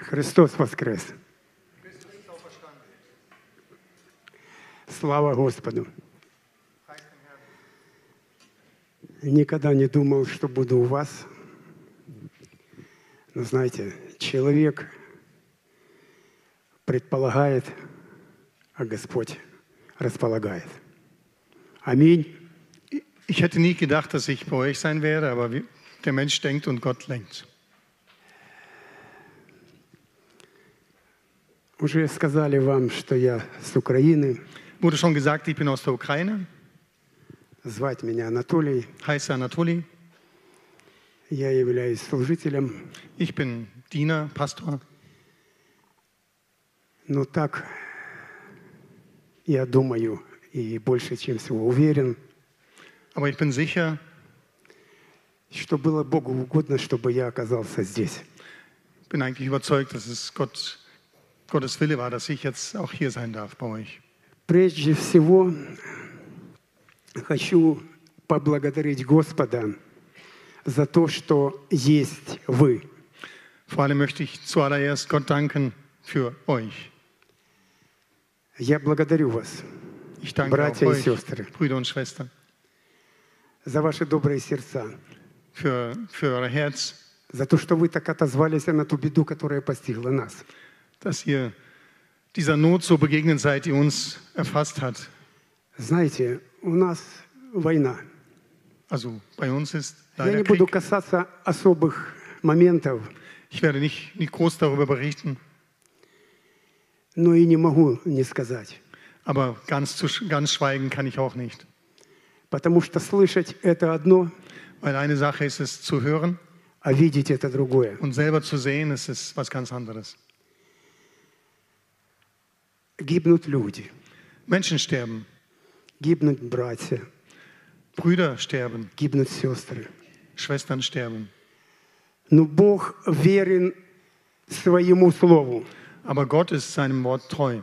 Христос Воскрес! Слава Господу! Никогда не думал, что буду у вас. Но знаете, человек предполагает, а Господь располагает. Аминь. Ich hätte nie gedacht, dass ich bei euch sein werde, aber wie- der Mensch denkt und Gott lenkt. Уже сказали вам, что я с Украины. Wurde schon gesagt, ich bin aus der Ukraine, Звать меня Анатолий. heiße Anatoli. Я являюсь служителем. Ich bin Diener, Pastor. Но так, я думаю, и больше, чем всего уверен, Aber ich bin sicher, что было Богу угодно, чтобы я оказался здесь. bin eigentlich überzeugt, dass es Gott, Gottes Wille war, dass ich jetzt auch hier sein darf bei euch. Прежде всего, хочу поблагодарить Господа за то, что есть вы. Vor allem möchte ich zuallererst Gott danken für euch. Я благодарю вас Ich danke Братья auch и euch, сестры. Brüder und Schwestern, за ваши добрые сердца, für, für euer Herz, за то, что вы так отозвались на ту беду, которая постигла нас. dass ihr dieser Not so begegnet seid, die uns erfasst hat. Знаете, у нас война. Also bei uns ist Я leider не буду Krieg. касаться особых моментов, Ich werde nicht, nicht groß darüber berichten, но и не могу не сказать, aber ganz, zu, sch- ganz schweigen kann ich auch nicht. потому что слышать это одно, Weil eine Sache ist es zu hören а видеть это другое. und selber zu sehen, es ist was ganz anderes. Гибнут люди, Menschen sterben, гибнут братья, Brüder sterben, гибнут сестры. Schwestern sterben. Но Бог верен своему слову. Aber Gott ist seinem Wort treu.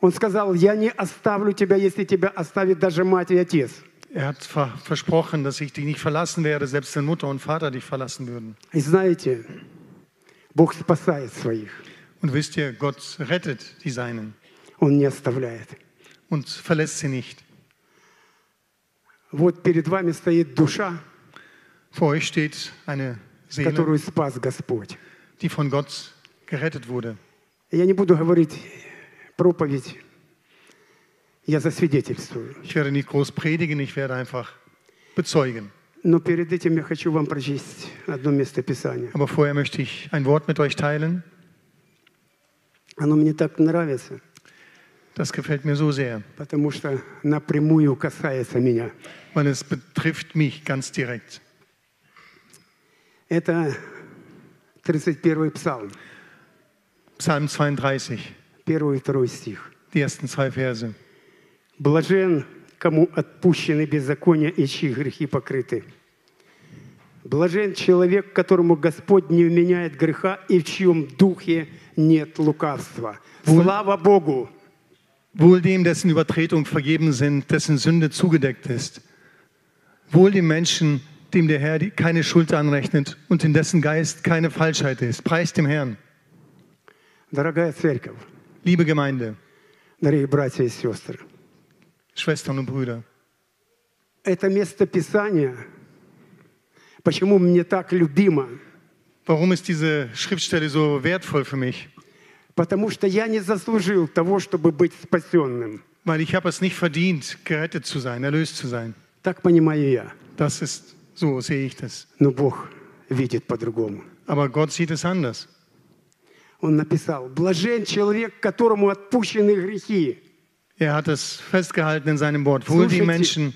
Он сказал, я не оставлю тебя, если тебя оставит даже мать и отец. Er hat ver versprochen, dass ich dich nicht verlassen werde, selbst wenn Mutter und Vater dich verlassen würden. И знаете, Бог спасает своих, Und wisst ihr, Gott rettet die Seinen Он не оставляет. und verlässt sie nicht. Вот перед вами стоит душа, Vor euch steht eine Seele, которую спас Господь. die von Gott gerettet wurde. Я не буду говорить проповедь, я засвидетельствую. Ich werde nicht groß predigen, ich werde einfach bezeugen. Но перед этим я хочу вам прочесть одно место Писания. Aber vorher möchte ich ein Wort mit euch teilen. Оно мне так нравится, Das gefällt mir so sehr, потому что напрямую касается меня. weil es betrifft mich ganz direkt. Это 31 псалм, Psalm 32, 1 и 2 стих. die ersten zwei Verse. «Блажен, кому отпущены беззакония и чьи грехи покрыты. Блажен человек, которому Господь не вменяет греха и в чьем духе нет лукавства. Слава Богу! Wohl dem, dessen Übertretung vergeben sind, dessen Sünde zugedeckt ist. Wohl dem Menschen, dem der Herr die- keine Schuld anrechnet und in dessen Geist keine Falschheit ist. Preis dem Herrn. Дорогая церковь, Liebe Gemeinde, дорогие братья и сестры, Schwestern und Brüder, это место Писания, почему мне так любимо? warum ist diese Schriftstelle so wertvoll für mich? Потому что я не заслужил того, чтобы быть спасенным. Weil ich habe es nicht verdient, gerettet zu sein, erlöst zu sein. Так понимаю я. Das ist, so sehe ich das. Но Бог видит по-другому. Aber Gott sieht es anders. Он написал, «Блажен человек, которому отпущены грехи». Er hat es festgehalten in seinem Wort. Wohl die Слушайте, Menschen,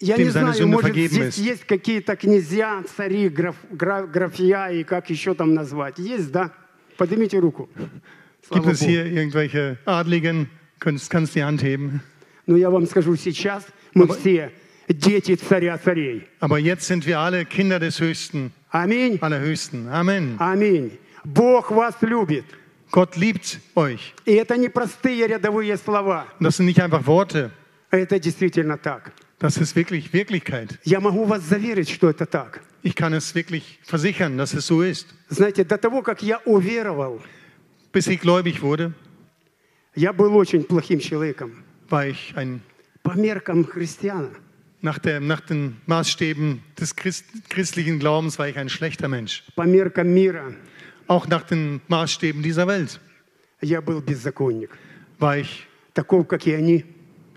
Я не dem seine знаю, Sünde может, vergeben здесь ist. есть какие-то князья, цари, граф, гра- графья и как еще там назвать. Есть, да? Поднимите руку. Слава Gibt es Богу. hier irgendwelche Adligen? Kannst, kannst die Hand heben. Но я вам скажу, сейчас мы Aber- все дети царя царей. Aber jetzt sind wir alle Kinder des Höchsten, Аминь. Allerhöchsten. Amen. Аминь. Бог вас любит. Gott liebt euch. И это не простые рядовые слова. Und das sind nicht einfach Worte. Это действительно так. Das ist wirklich Wirklichkeit. Я могу вас заверить, что это так. Ich kann es wirklich versichern, dass es so ist. Знаете, до того, как я уверовал, Bis ich gläubig wurde, Я был очень плохим человеком war ich ein, по меркам христиана. nach, der, nach den Maßstäben des Christ, christlichen Glaubens war ich ein schlechter Mensch. По меркам мира Auch nach den Maßstäben dieser Welt я был беззаконник, war ich таков, как и они.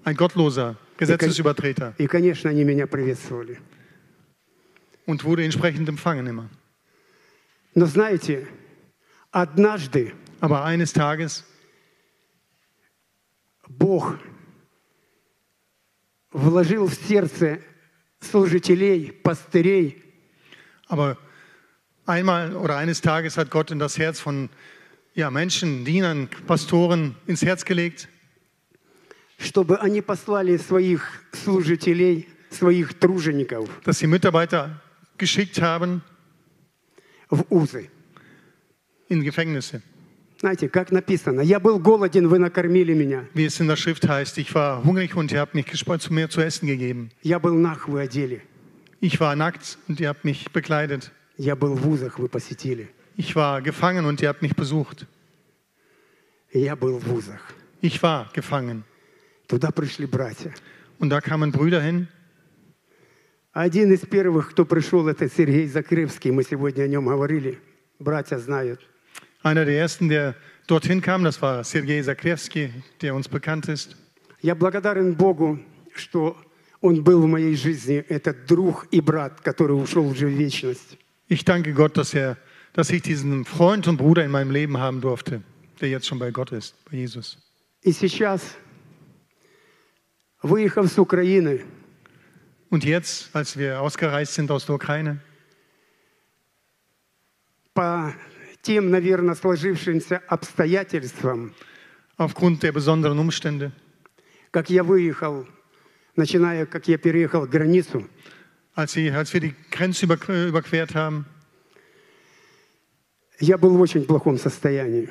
ein gottloser Gesetzesübertreter И, конечно, они меня приветствовали. und wurde entsprechend empfangen immer. Но знаете, однажды Aber eines Tages Бог вложил в сердце служителей, пастырей, Aber einmal oder eines Tages hat Gott in das Herz von ja, Menschen, Dienern, Pastoren ins Herz gelegt, чтобы они послали своих служителей, своих тружеников dass sie Mitarbeiter geschickt haben в узы. in Gefängnisse. Знаете, как написано, я был голоден, вы накормили меня. Wie es in der Schrift heißt, ich war hungrig und ihr habt mich gespo- zu mir zu essen gegeben. Я был нах, вы одели. Ich war nackt und ihr habt mich bekleidet. Я был в вузах, вы посетили. Ich war gefangen und ihr habt mich besucht. Я был в вузах. Ich war gefangen. Туда пришли братья. Und da kamen Brüder hin. Один из первых, кто пришел, это Сергей Закревский. Мы сегодня о нем говорили. Братья знают. Einer der ersten, der dorthin kam, das war Sergei Sakrevsky, der uns bekannt ist. Я благодарен Богу, что он был в моей жизни, этот друг и брат, который ушел уже в вечность. Ich danke Gott, dass, er, dass ich diesen Freund und Bruder in meinem Leben haben durfte, der jetzt schon bei Gott ist, bei Jesus. И сейчас, выехав с Украины, Und jetzt, als wir ausgereist sind aus der Ukraine, по тем, наверное, сложившимся обстоятельствам, aufgrund der besonderen Umstände, как я выехал, начиная, как я переехал границу, als, sie, als wir die Grenze über, überquert haben, я был в очень плохом состоянии.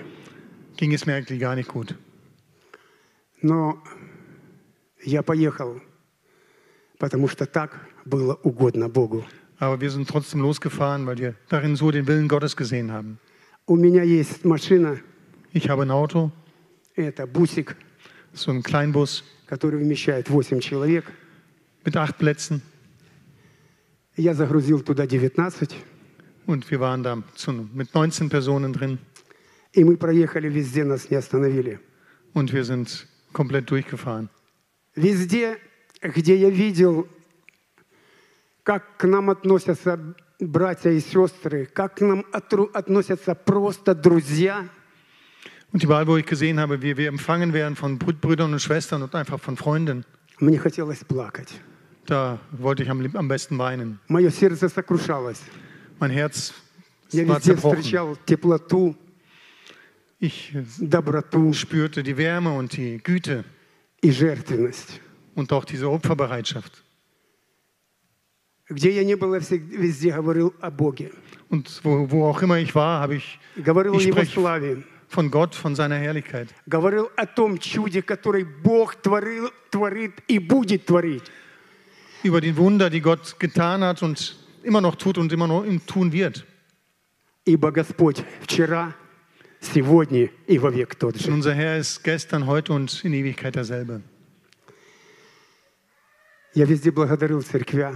ging es mir eigentlich gar nicht gut. Но я поехал, потому что так было угодно Богу. Aber wir sind trotzdem losgefahren, weil wir darin so den Willen Gottes gesehen haben. У меня есть машина, Ich habe ein Auto, это бусик, so einen Kleinbus который вмещает 8 человек. mit acht Plätzen. Я загрузил туда 19, Und wir waren da zu, mit 19 Personen drin и мы проехали везде, нас не остановили. und wir sind komplett durchgefahren. Везде, где я видел, как к нам относятся братья и сестры, как к нам отру- относятся просто друзья, Und überall, wo ich gesehen habe, wie wir empfangen werden von Brü- Brüdern und Schwestern und einfach von Freunden, мне хотелось plakать. da wollte ich am, lieb- am besten weinen. Мое сердце сокрушалось. Mein Herz Я war везде zerbrochen. встречал теплоту, Ich äh, доброту spürte die Wärme und die Güte и жертвенность. und auch diese Opferbereitschaft. Где я не был, я всег- везде говорил о Боге. Und wo, wo auch immer ich war, habe ich Говорил о Ich Его spreche- славе. von Gott, von seiner Herrlichkeit, Говорил о том чуде, который Бог творил, творит и будет творить. über die Wunder, die Gott getan hat und immer noch tut und immer noch im tun wird. Ибо Господь вчера, сегодня и вовек тот Denn же. unser Herr ist gestern, heute und in Ewigkeit derselbe. Я везде благодарил церквя.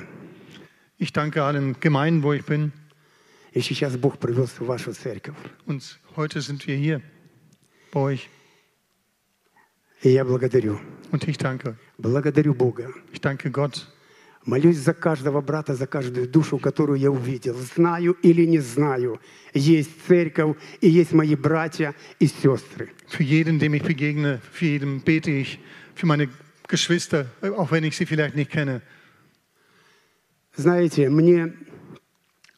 Ich danke allen Gemeinden, wo ich bin. И сейчас Бог привез в вашу церковь. Und heute sind wir hier bei euch. И я благодарю. Und ich danke. Благодарю Бога. Ich danke Gott. Молюсь за каждого брата, за каждую душу, которую я увидел. Знаю или не знаю, есть церковь и есть мои братья и сестры. Für jeden, dem ich begegne, für jeden bete ich, für meine Geschwister, auch wenn ich sie vielleicht nicht kenne. Знаете, мне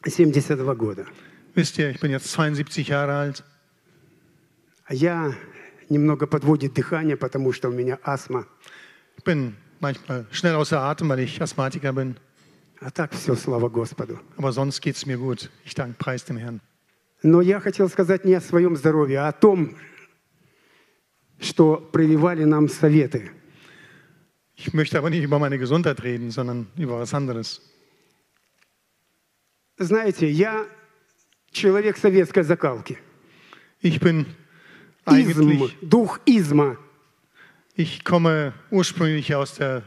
72 года. Wisst ihr, ich bin jetzt 72 Jahre alt. Я немного подводит дыхание, потому что у меня астма. Ich bin manchmal schnell außer Atem, weil ich Asthmatiker bin. А так все, слава Господу. Aber sonst geht es mir gut. Ich danke Preis dem Herrn. Но я хотел сказать не о своем здоровье, а о том, что прививали нам советы. Ich möchte aber nicht über meine Gesundheit reden, sondern über was anderes. Знаете, я человек советской закалки. Ich bin Изм, eigentlich, дух изма. ich komme ursprünglich aus der,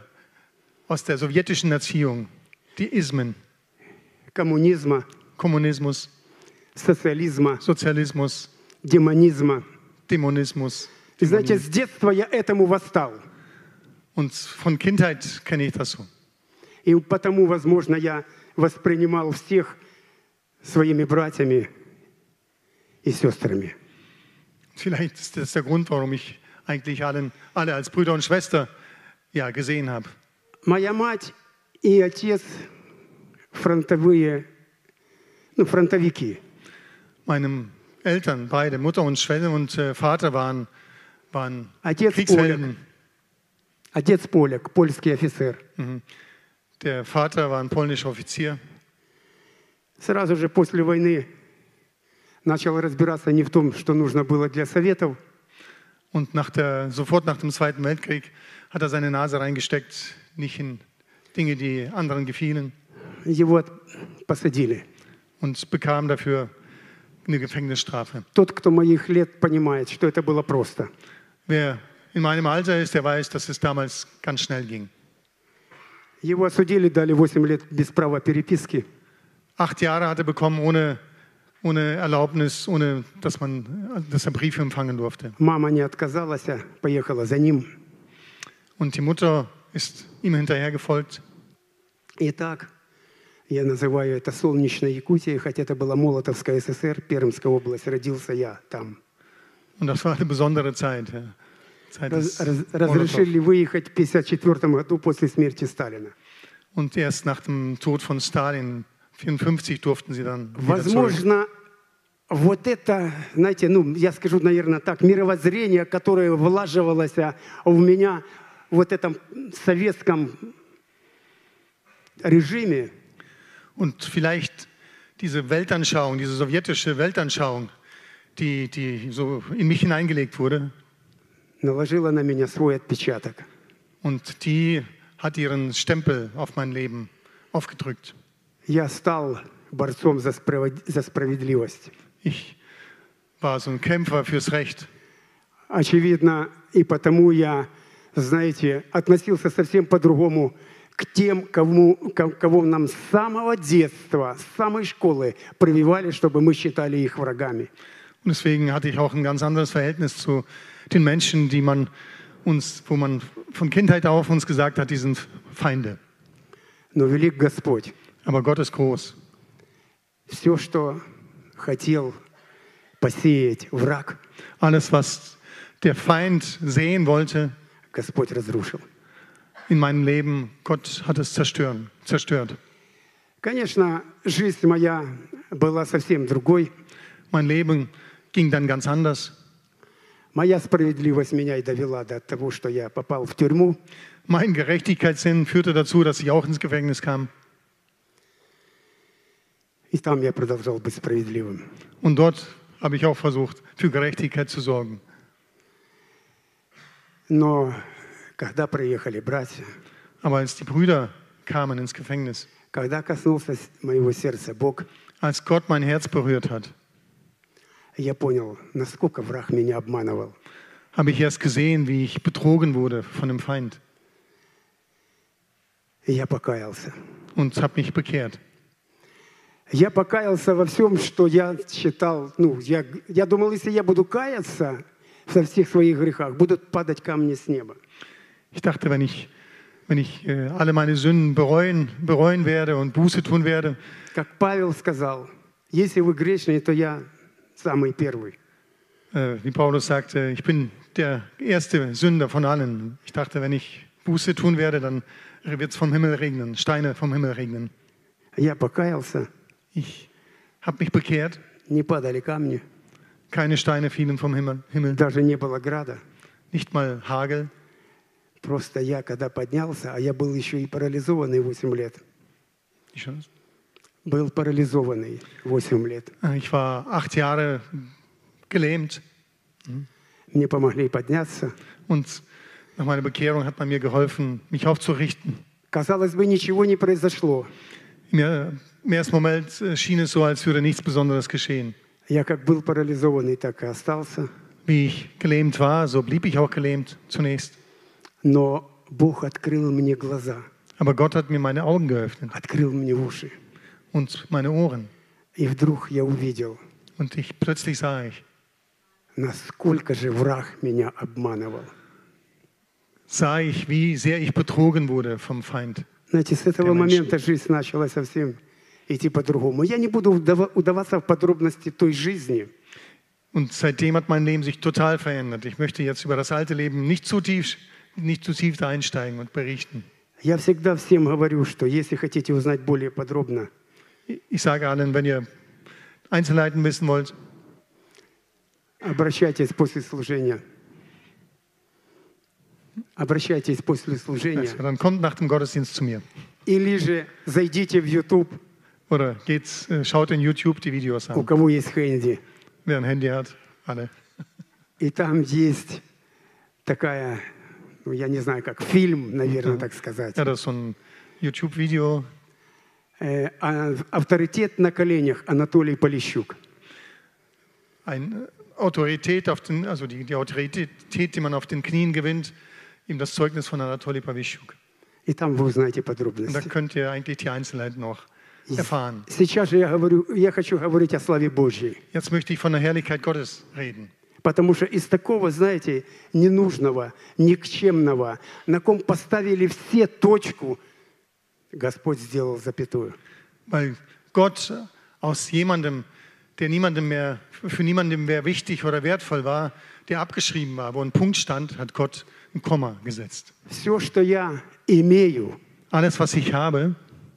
aus der sowjetischen Erziehung, die Ismen, коммунизма, Kommunismus, социализма, Sozialismus, демонизма. Dämonismus. И знаете, с детства я этому восстал. Und von Kindheit kenne ich das so. И потому, возможно, я воспринимал всех своими братьями и сестрами. Vielleicht ist das der Grund, warum ich eigentlich allen, alle als Brüder und Schwester ja, gesehen habe. Моя мать и отец фронтовые, ну, фронтовики. Meine Eltern, beide, Mutter und Schwester und äh, Vater waren, waren Отец Kriegshelden. Отец поляк, польский офицер. Der Vater war ein polnischer Offizier. Сразу же после войны начал разбираться не в том, что нужно было для Советов, Und nach der, sofort nach dem Zweiten Weltkrieg hat er seine Nase reingesteckt, nicht in Dinge, die anderen gefielen, его от- посадили. und bekam dafür eine Gefängnisstrafe. Тот, кто моих лет, понимает, что это было просто. Wer in meinem Alter ist, der weiß, dass es damals ganz schnell ging. Его осудили, дали 8 лет без права переписки. Acht Jahre hat er bekommen ohne, ohne Erlaubnis, ohne dass, man, dass er Briefe empfangen durfte. Мама не отказалась, а поехала за ним. Und die Mutter ist ihm hinterher gefolgt. Итак, я называю это солнечной Якутией, хотя это была Молотовская ССР, Пермская область, родился я там. Und das war eine besondere Zeit. Ja. Zeit Раз- des раз- Molotow. разрешили выехать в 1954 году после смерти Сталина. Und erst nach dem Tod von Stalin 1954 durften sie dann wieder zurück. Возможно, вот это, знаете, ну, я скажу, наверное, так, мировоззрение, которое влаживалось а, в меня в вот этом советском режиме, Und vielleicht diese Weltanschauung, diese sowjetische Weltanschauung, die, die so in mich hineingelegt wurde, наложило на меня свой отпечаток. und die hat ihren Stempel auf mein Leben aufgedrückt. Я стал борцом за, справед- за справедливость. Ich war so ein Kämpfer fürs Recht. Очевидно, и потому я, знаете, относился совсем по-другому к тем, кому, ко- кого нам с самого детства, с самой школы прививали, чтобы мы считали их врагами. Und deswegen hatte ich auch ein ganz anderes Verhältnis zu den Menschen, die man uns, wo man von Kindheit auf uns gesagt hat, die sind Feinde. Но велик Господь. Aber Gott ist groß. Все, что хотел посеять враг, Alles, was der Feind sehen wollte Господь разрушил. in meinem Leben, Gott hat es zerstören, zerstört. Конечно, жизнь моя была совсем другой. Mein Leben ging dann ganz anders. Моя справедливость меня и довела до того, что я попал в тюрьму. Mein Gerechtigkeitssinn führte dazu, dass ich auch ins Gefängnis kam. И там я продолжал быть справедливым. Und dort habe ich auch versucht, für Gerechtigkeit zu sorgen. Но когда приехали братья, Aber als die Brüder kamen ins Gefängnis, когда коснулся с- моего сердца Бог, als Gott mein Herz berührt hat, я понял, насколько враг меня обманывал. habe ich erst gesehen, wie ich betrogen wurde von dem Feind И я покаялся. und habe mich bekehrt. Я покаялся во всем, что я считал. Ну, я, я думал, если я буду каяться во всех своих грехах, будут падать камни с неба. Ich dachte, wenn ich, wenn ich äh, alle meine Sünden bereuen, bereuen werde und Buße tun werde, Как Павел сказал, если вы грешные, то я самый первый. äh, wie Paulus sagte, ich bin der erste Sünder von allen. Ich dachte, wenn ich Buße tun werde, dann wird es vom Himmel regnen, Steine vom Himmel regnen. Я покаялся, Ich habe mich bekehrt, не падали камни, keine Steine fielen vom Himmel, Himmel даже не было града. nicht mal Hagel. Просто я, когда поднялся, а я был еще и парализованный 8 лет, Ich schon- был парализованный 8 лет. äh, Ich war acht Jahre gelähmt Мне помогли подняться. und nach meiner Bekehrung hat man mir geholfen, mich aufzurichten. Казалось бы, ничего не произошло. Im, äh, Im ersten Moment äh, schien es so, als würde nichts Besonderes geschehen. Я как был парализованный, так и остался. Wie ich gelähmt war, so blieb ich auch gelähmt zunächst. Но Бог открыл мне глаза, Aber Gott hat mir meine Augen geöffnet открыл мне уши. und meine Ohren. И вдруг я увидел, Und ich plötzlich sah ich, насколько же враг меня обманывал. sah ich, wie sehr ich betrogen wurde vom Feind. Знаете, с этого Конечно. момента жизнь начала совсем идти по-другому. Я не буду вдава- удаваться в подробности той жизни, Und seitdem hat mein Leben sich total verändert. Ich möchte jetzt über das alte Leben nicht zu tief, nicht zu tief da einsteigen und berichten. Я всегда всем говорю, что если хотите узнать более подробно, Ich sage allen, wenn ihr Einzelheiten wissen wollt, обращайтесь после служения. Обращайтесь после служения. dann kommt nach dem Gottesdienst zu mir. Или же зайдите в YouTube, Oder geht's, äh, schaut in YouTube die Videos у an. кого есть хэнди. Wer ein Handy hat, alle. И там есть такая, ну, я не знаю, как фильм, наверное, так сказать. Ja, das ist so ein YouTube-Video. Э, а- Авторитет на коленях Анатолий Полищук. Eine äh, Autorität, auf den, also die, die Autorität, die man auf den Knien gewinnt, eben das Zeugnis von Anatoly Pavischuk. И там вы узнаете Und da подробности. könnt ihr eigentlich die Einzelheiten auch erfahren. Сейчас же я, говорю, я хочу говорить о славе Божьей. Jetzt möchte ich von der Herrlichkeit Gottes reden. Потому что из такого, знаете, ненужного, никчемного, на ком поставили все точку, Господь сделал запятую. Weil Gott aus jemandem, der niemandem mehr, für niemandem mehr wichtig oder wertvoll war, der abgeschrieben war, wo ein Punkt stand, hat Gott ein Komma gesetzt. Все, что я имею, Alles, was ich habe,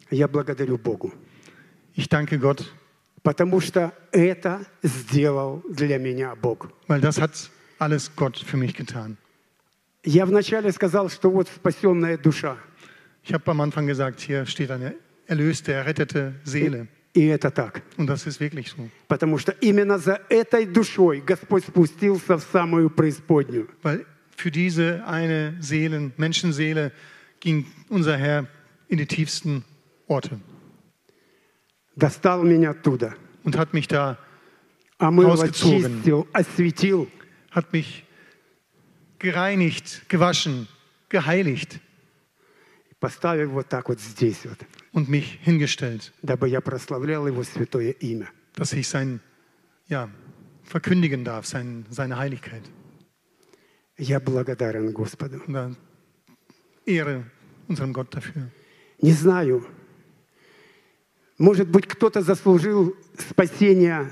я благодарю Богу. ich danke Gott, Потому что это сделал для меня Бог. weil das hat alles Gott für mich getan. Я вначале сказал, что вот спасенная душа. Ich habe am Anfang gesagt, hier steht eine erlöste, errettete Seele. И это так. Und das ist wirklich so. Потому что именно за этой душой Господь спустился в самую преисподнюю. Weil für diese eine Seelen, Menschenseele ging unser Herr in die tiefsten Orte Достал меня оттуда. und hat mich da Омыл, Ausgezogen. очистил, осветил. hat mich gereinigt, gewaschen, geheiligt поставил вот так вот здесь вот, und mich hingestellt, дабы я прославлял Его святое имя. dass ich sein, ja, verkündigen darf, sein, seine Heiligkeit. Я благодарен Господу. Und da Ehre unserem Gott dafür. Не знаю, может быть, кто-то заслужил спасение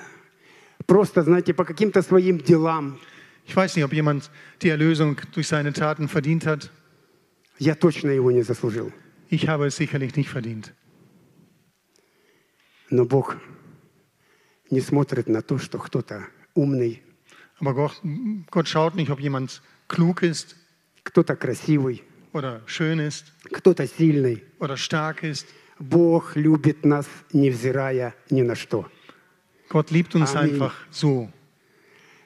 просто, знаете, по каким-то своим делам. Ich weiß nicht, ob jemand die Erlösung durch seine Taten verdient hat. Я точно его не заслужил. Ich habe es sicherlich nicht verdient. Но Бог не смотрит на то, что кто-то умный, Aber Gott, Gott schaut nicht, ob jemand klug ist кто-то красивый, oder schön ist кто-то сильный. oder stark ist. Бог любит нас, невзирая ни на что. Gott liebt uns Amen. einfach so.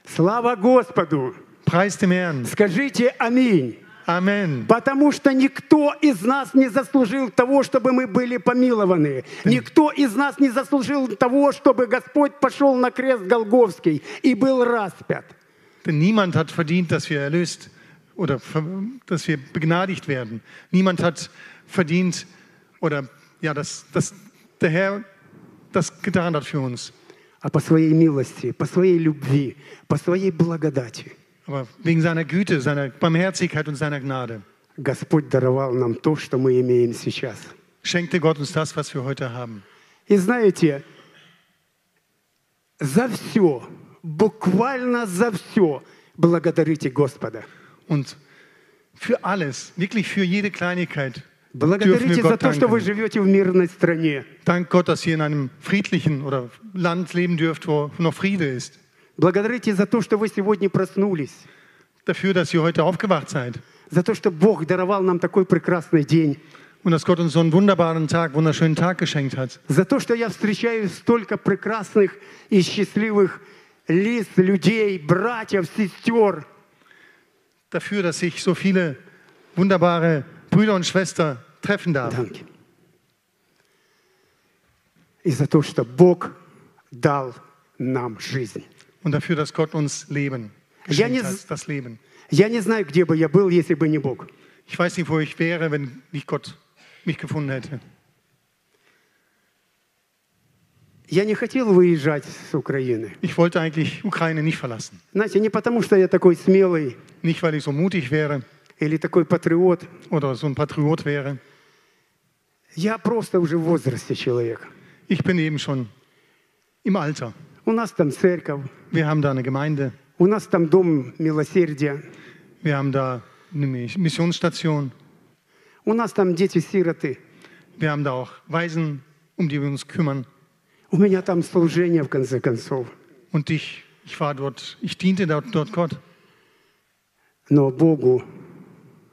Слава Господу! Preis dem Herrn. Скажите аминь! Amen. Потому что никто из нас не заслужил того, чтобы мы были помилованы. Никто из нас не заслужил того, чтобы Господь пошел на крест Голговский и был распят. Denn niemand hat verdient, dass wir erlöst oder ver- dass wir begnadigt werden. Niemand hat verdient oder ja, dass, dass der Herr das getan hat für uns. А по своей милости, по своей любви, по своей благодати Aber wegen seiner Güte, seiner Barmherzigkeit und seiner Gnade Господь даровал нам то, что мы имеем сейчас. schenkte Gott uns das, was wir heute haben. И знаете, за все, буквально за все благодарите Господа. Und für alles, wirklich für jede Kleinigkeit, dürfen Благодарите за wir Gott то, что вы danken. живете в мирной стране. Dank Gott, dass ihr in einem friedlichen oder Land leben dürft, wo noch Friede ist. Благодарите за то, что вы сегодня проснулись, Dafür, dass ihr heute aufgewacht seid. за то, что Бог даровал нам такой прекрасный день, Und dass Gott uns so einen wunderbaren Tag, wunderschönen Tag geschenkt hat. за то, что я встречаю столько прекрасных и счастливых лиц, людей, братьев, сестер. Dafür, dass ich so viele wunderbare Brüder und Schwestern treffen darf. Данки. И за то, что Бог дал нам жизнь. Und dafür, dass Gott uns Leben Я geschenkt nie- hast, das Leben. Я не знаю, где бы я был, если бы не Бог. Ich weiß nicht, wo ich wäre, wenn nicht Gott mich gefunden hätte. Я не хотел выезжать с Украины. Ich wollte eigentlich Ukraine nicht verlassen. Знаете, не потому, что я такой смелый Nicht, weil ich so mutig wäre или такой патриот. oder so ein Patriot wäre. Я просто уже в возрасте человек. Ich bin eben schon im Alter. У нас там церковь, Wir haben da eine Gemeinde, у нас там дом милосердия, wir haben da eine Missionsstation, у нас там дети-сироты, wir haben da auch Waisen, um die wir uns kümmern. у меня там служение, в конце концov. Und ich, ich war dort, ich diente dort, dort Gott. Но Богу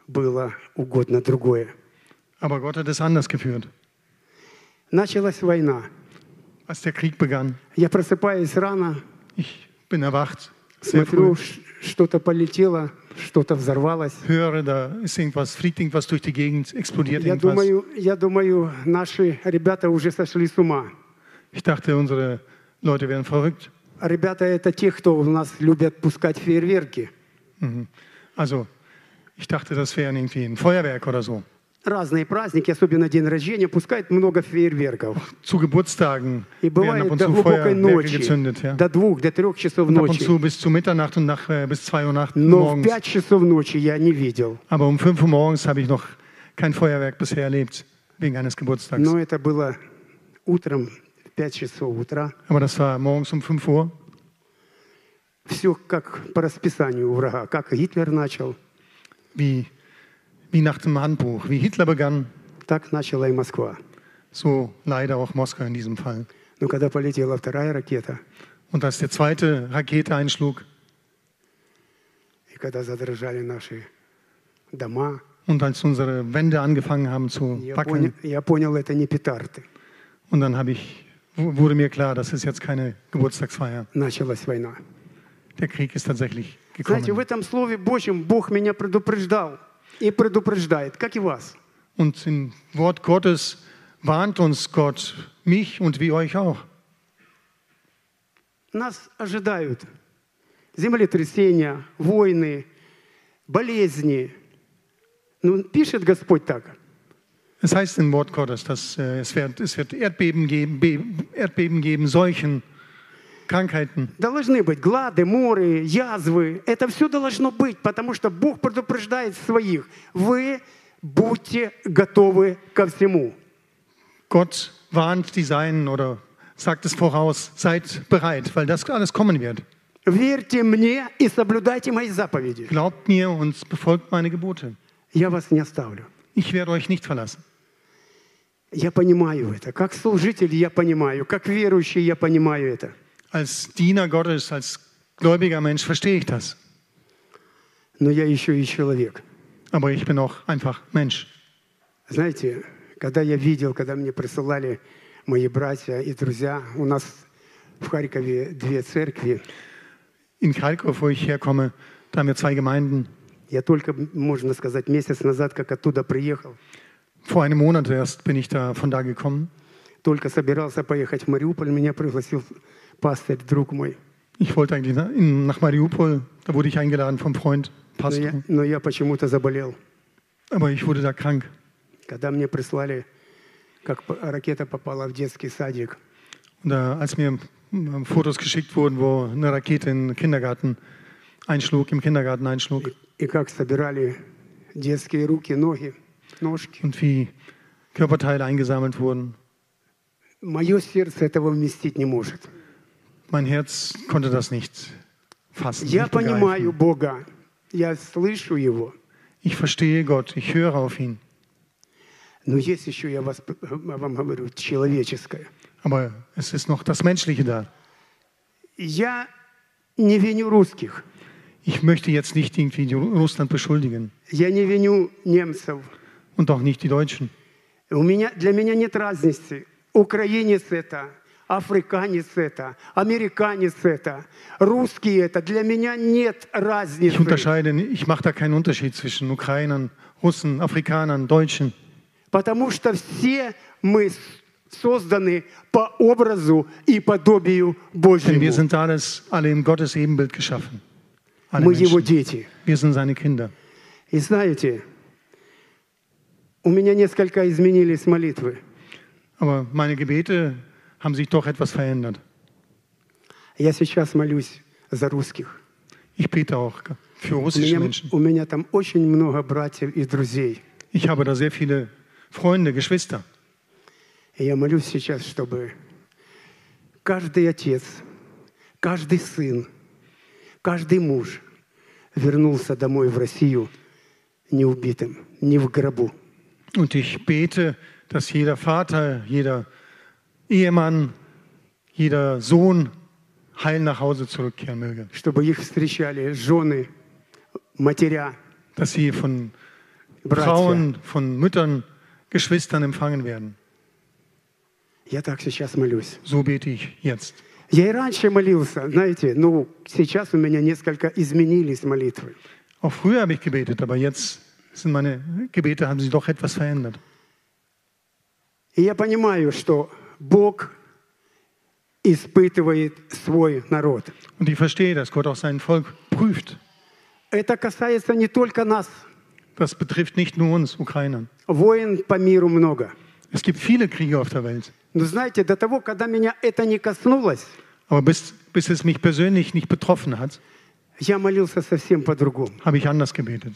было угодно другое. Aber Gott hat es anders geführt. Началась война. Als der Krieg begann, Я просыпаюсь рано, ich bin erwacht, sehr смотрю, früh, ш- что-то полетело, что-то взорвалось. höre, da ist irgendwas, fliegt irgendwas durch die Gegend, explodiert Я irgendwas. думаю, я думаю, наши ребята уже сошли с ума. Ich dachte, unsere Leute wären verrückt. Ребята — это те, кто у нас любят пускать фейерверки. Mhm. Also, ich dachte, das wären irgendwie ein Feuerwerk oder so. Разные праздники, особенно день рождения, pускают много фейерверков. Zu Geburtstagen И werden ab бывает und до zu глубокой Feuerwerke ночи, gezündet. Ja. до двух, до трех часов Und ab und ночи. zu bis zu Mitternacht und nach, äh, bis 2 Uhr nacht, Но в morgens. пять часов ночи я не видел. Aber um 5 Uhr morgens habe ich noch kein Feuerwerk bisher erlebt, wegen eines Geburtstags. Но это было утром, в пять часов утра. Aber das war morgens um 5 Uhr. Все как по расписанию у врага, как Гитлер начал, wie, wie nach dem Handbuch. Wie Hitler begann, так начала и Москва. so leider auch Moskau in diesem Fall. Но когда полетела вторая ракета, Und als der zweite Rakete einschlug и когда задрожали наши дома, und als unsere Wände angefangen haben zu я, поня- wackeln, я понял, это не петарды. und dann habe ich, wu- wurde mir klar, das ist jetzt keine Geburtstagsfeier. Началась война. Der Krieg ist tatsächlich Знаете, в gekommen. этом Слове Божьем Бог меня предупреждал и предупреждает, как и вас. Und im Wort Gottes warnt uns Gott, mich und wie euch auch. Нас ожидают землетрясения, войны, болезни. Ну, пишет Господь так. Es heißt im Wort Gottes, dass äh, es, wird, es wird Erdbeben geben, Be Erdbeben geben, Seuchen, Krankheiten. Должны быть глады, моры, язвы. Это все должно быть, потому что Бог предупреждает своих. Вы будьте готовы ко всему. Gott warnt die Seinen oder sagt es voraus, seid bereit, weil das alles kommen wird. Верьте мне и соблюдайте мои заповеди. Glaubt mir und befolgt meine Gebote. Я вас не оставлю. Ich werde euch nicht verlassen. Я понимаю это. Как служитель я понимаю. Как верующий я понимаю это. Als Diener Gottes, als gläubiger Mensch verstehe ich das. Но я еще и человек. Aber ich bin auch einfach Mensch. Знаете, когда я видел, когда мне присылали мои братья и друзья, у нас в Харькове две церкви, In Kharkov, wo ich herkomme, da haben wir zwei Gemeinden. я только, можно сказать, месяц назад, как оттуда приехал, Vor einem Monat erst bin ich da von da gekommen. только собирался поехать в Мариуполь, меня пригласил пастырь, друг мой. Ich wollte eigentlich na- in- nach Mariupol, da wurde ich eingeladen vom Freund Но я, Pastor, но я почему-то заболел. aber ich wurde da krank. Когда мне прислали, как п- ракета попала в детский садик, Und, äh, als mir ähm, Fotos geschickt wurden, wo eine Rakete in den Kindergarten einschlug, im Kindergarten einschlug и как собирали детские руки, ноги, ножки, und wie Körperteile eingesammelt wurden, мое сердце этого вместить не может. mein Herz konnte das nicht fassen. Я nicht begreifen. понимаю Бога, я слышу Его, Ich verstehe Gott, ich höre auf ihn. но есть еще, я вас, э, вам говорю, человеческое. Aber es ist noch das Menschliche da. Я не виню русских, Ich möchte jetzt nicht irgendwie die Ru- Russland beschuldigen я не виню немцев. und auch nicht die Deutschen. У меня, для меня нет разницы, украинец это, африканец это, американец это, русский это. Для меня нет Ich разницы, unterscheide, ni- ich mache da keinen Unterschied zwischen Ukrainern, Russen, Afrikanern, Deutschen, потому что все мы с- созданы по образу и подобию denn wir Божьему. sind alles alle im Gottes Ebenbild geschaffen. alle Мы его Menschen. дети. Wir sind seine Kinder. И знаете, у меня несколько изменились молитвы. Aber meine Gebete haben sich doch etwas verändert. Я сейчас молюсь за русских. Ich bete auch für У russische меня, Menschen. у меня там очень много братьев и друзей. Ich habe da sehr viele Freunde, Geschwister. И я молюсь сейчас, чтобы каждый отец, каждый сын, каждый муж вернулся домой в Россию не убитым, не в гробу. Und ich bete, dass jeder Vater, jeder Ehemann, jeder Sohn heil nach Hause zurückkehren möge. чтобы их встречали жены, матеря, Dass sie von братья. Frauen, von Müttern, Geschwistern empfangen werden. Я так сейчас молюсь. So bete ich jetzt. Я и раньше молился, знаете, ну, сейчас у меня несколько изменились молитвы. Auch früher habe ich gebetet, aber jetzt sind meine Gebete haben sich doch etwas verändert. И я понимаю, что Бог испытывает свой народ. Und ich verstehe, dass Gott auch sein Volk prüft. Это касается не только нас. Das betrifft nicht nur uns Ukrainern. Воин по миру много. Es gibt viele Kriege auf der Welt. Но знаете, до того, когда меня это не коснулось, Aber bis, bis es mich persönlich nicht betroffen hat, я молился совсем по-другому. habe ich anders gebetet.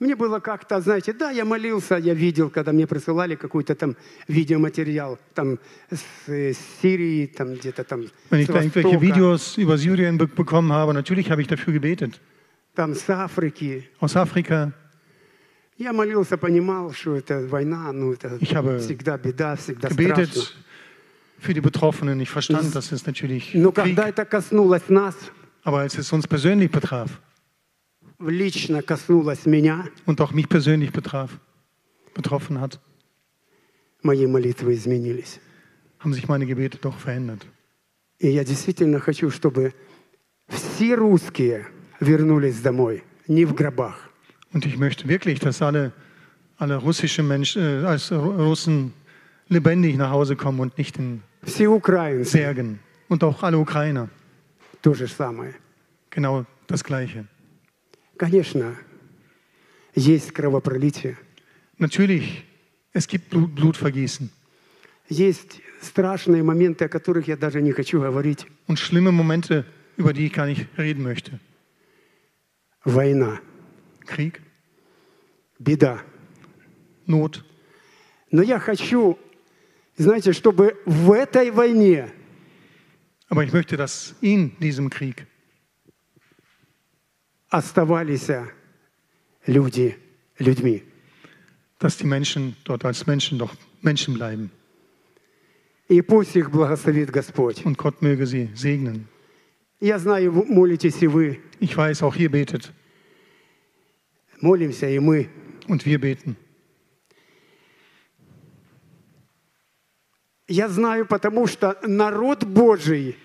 Мне было как-то, знаете, да, я молился, я видел, когда мне присылали какой-то там видеоматериал там с, э, с Сирии, там где-то там Wenn с ich da irgendwelche Востока, Videos über Syrien be bekommen habe, natürlich habe ich dafür gebetet. там с Африки. Aus Afrika, Я молился, понимал, что это война, ну это Ich habe всегда беда, всегда страшно. gebetet für die Betroffenen. Ich verstand, das ist natürlich Но когда Krieg. это коснулось нас, Aber als es uns persönlich betraf лично коснулось меня, und auch mich persönlich betraf, betroffen hat, мои молитвы изменились. haben sich meine Gebete doch verändert. И я действительно хочу, чтобы все русские вернулись домой, не в гробах. Und ich möchte wirklich, dass alle, alle russische Menschen, äh, als Ru- Russen lebendig nach Hause kommen und nicht in Все украинцы Särgen. Und auch alle Ukrainer. то же самое. Genau das Gleiche. Конечно, есть кровопролитие, Natürlich, es gibt Blut, Blutvergießen есть страшные моменты, о которых я даже не хочу говорить. und schlimme Momente, über die ich gar nicht reden möchte. Война, Krieg, беда. Not. Но я хочу, знаете, чтобы в этой войне Aber ich möchte, dass in diesem Krieg оставались люди людьми. dass die Menschen dort als Menschen doch Menschen bleiben. И пусть их благословит Господь. Und Gott möge sie segnen. Я знаю, вы молитесь и вы. Ich weiß, auch ihr betet Молимся и мы. und wir beten. Я знаю, потому что народ Божий,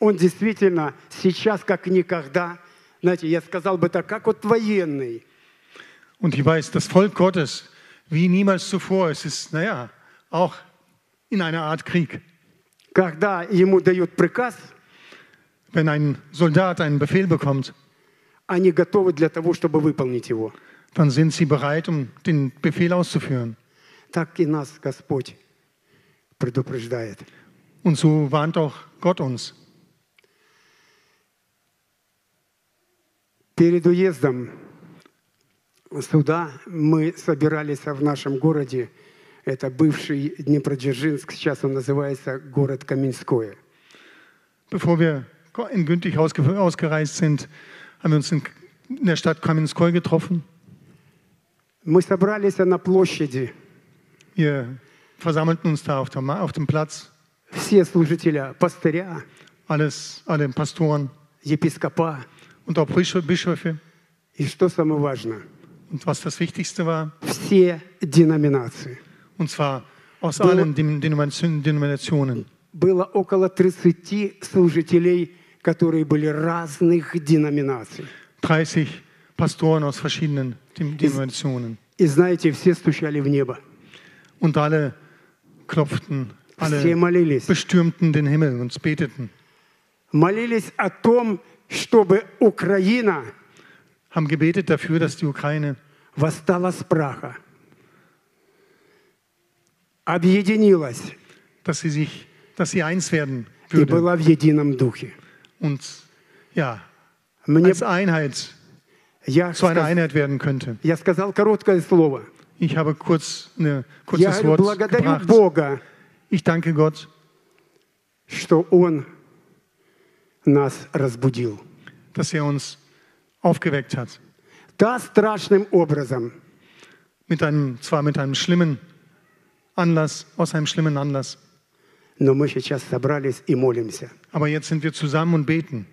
он действительно сейчас как никогда, знаете, я сказал бы так, как вот военный. Und ich weiß, das Volk Gottes, wie niemals zuvor, es ist, naja, auch in einer Art Krieg. Когда ему дают приказ, Wenn ein Soldat einen Befehl bekommt, они готовы для того, чтобы выполнить его. dann sind sie bereit, um den Befehl auszuführen. Так и нас Господь предупреждает. Und so warnt auch Gott uns. Перед уездом суда мы собирались в нашем городе, это бывший Днепродзержинск, сейчас он называется город Каменское. Bevor wir endgültig ausge ausgereist sind, haben wir uns in, in der Stadt Kamenskoy getroffen. Мы собрались на площади Wir versammelten uns da auf, der, Ma- auf dem Platz, все служителя, пастыря, alles, alle Pastoren епископа. und auch Bischö- Bischöfe. И что самое важное, Und was das Wichtigste war, все деноминации. und zwar aus Wo- allen Den- Denomination- Denominationen. Было около 30 служителей, которые были разных деноминаций. 30 Pastoren aus verschiedenen Den- Denominationen. И знаете, все стучали в небо, Und alle klopften, все alle молились. bestürmten den Himmel und beteten. Молились о том, чтобы Украина haben gebetet dafür, dass die Ukraine восстала с праха, объединилась dass sie sich, dass sie eins werden и würde. была в едином духе. Und ja, Мне, als Einheit, я, zu einer сказ- Einheit werden könnte. я сказал короткое слово. Ich habe kurz ein Я kurzes говорю, Wort благодарю gebracht. Бога, Ich danke Gott, что Он нас разбудил. dass er uns aufgeweckt hat. Да, страшным образом, Mit einem, zwar mit einem schlimmen Anlass, aus einem schlimmen Anlass. но мы сейчас собрались и молимся. Aber jetzt sind wir zusammen und beten.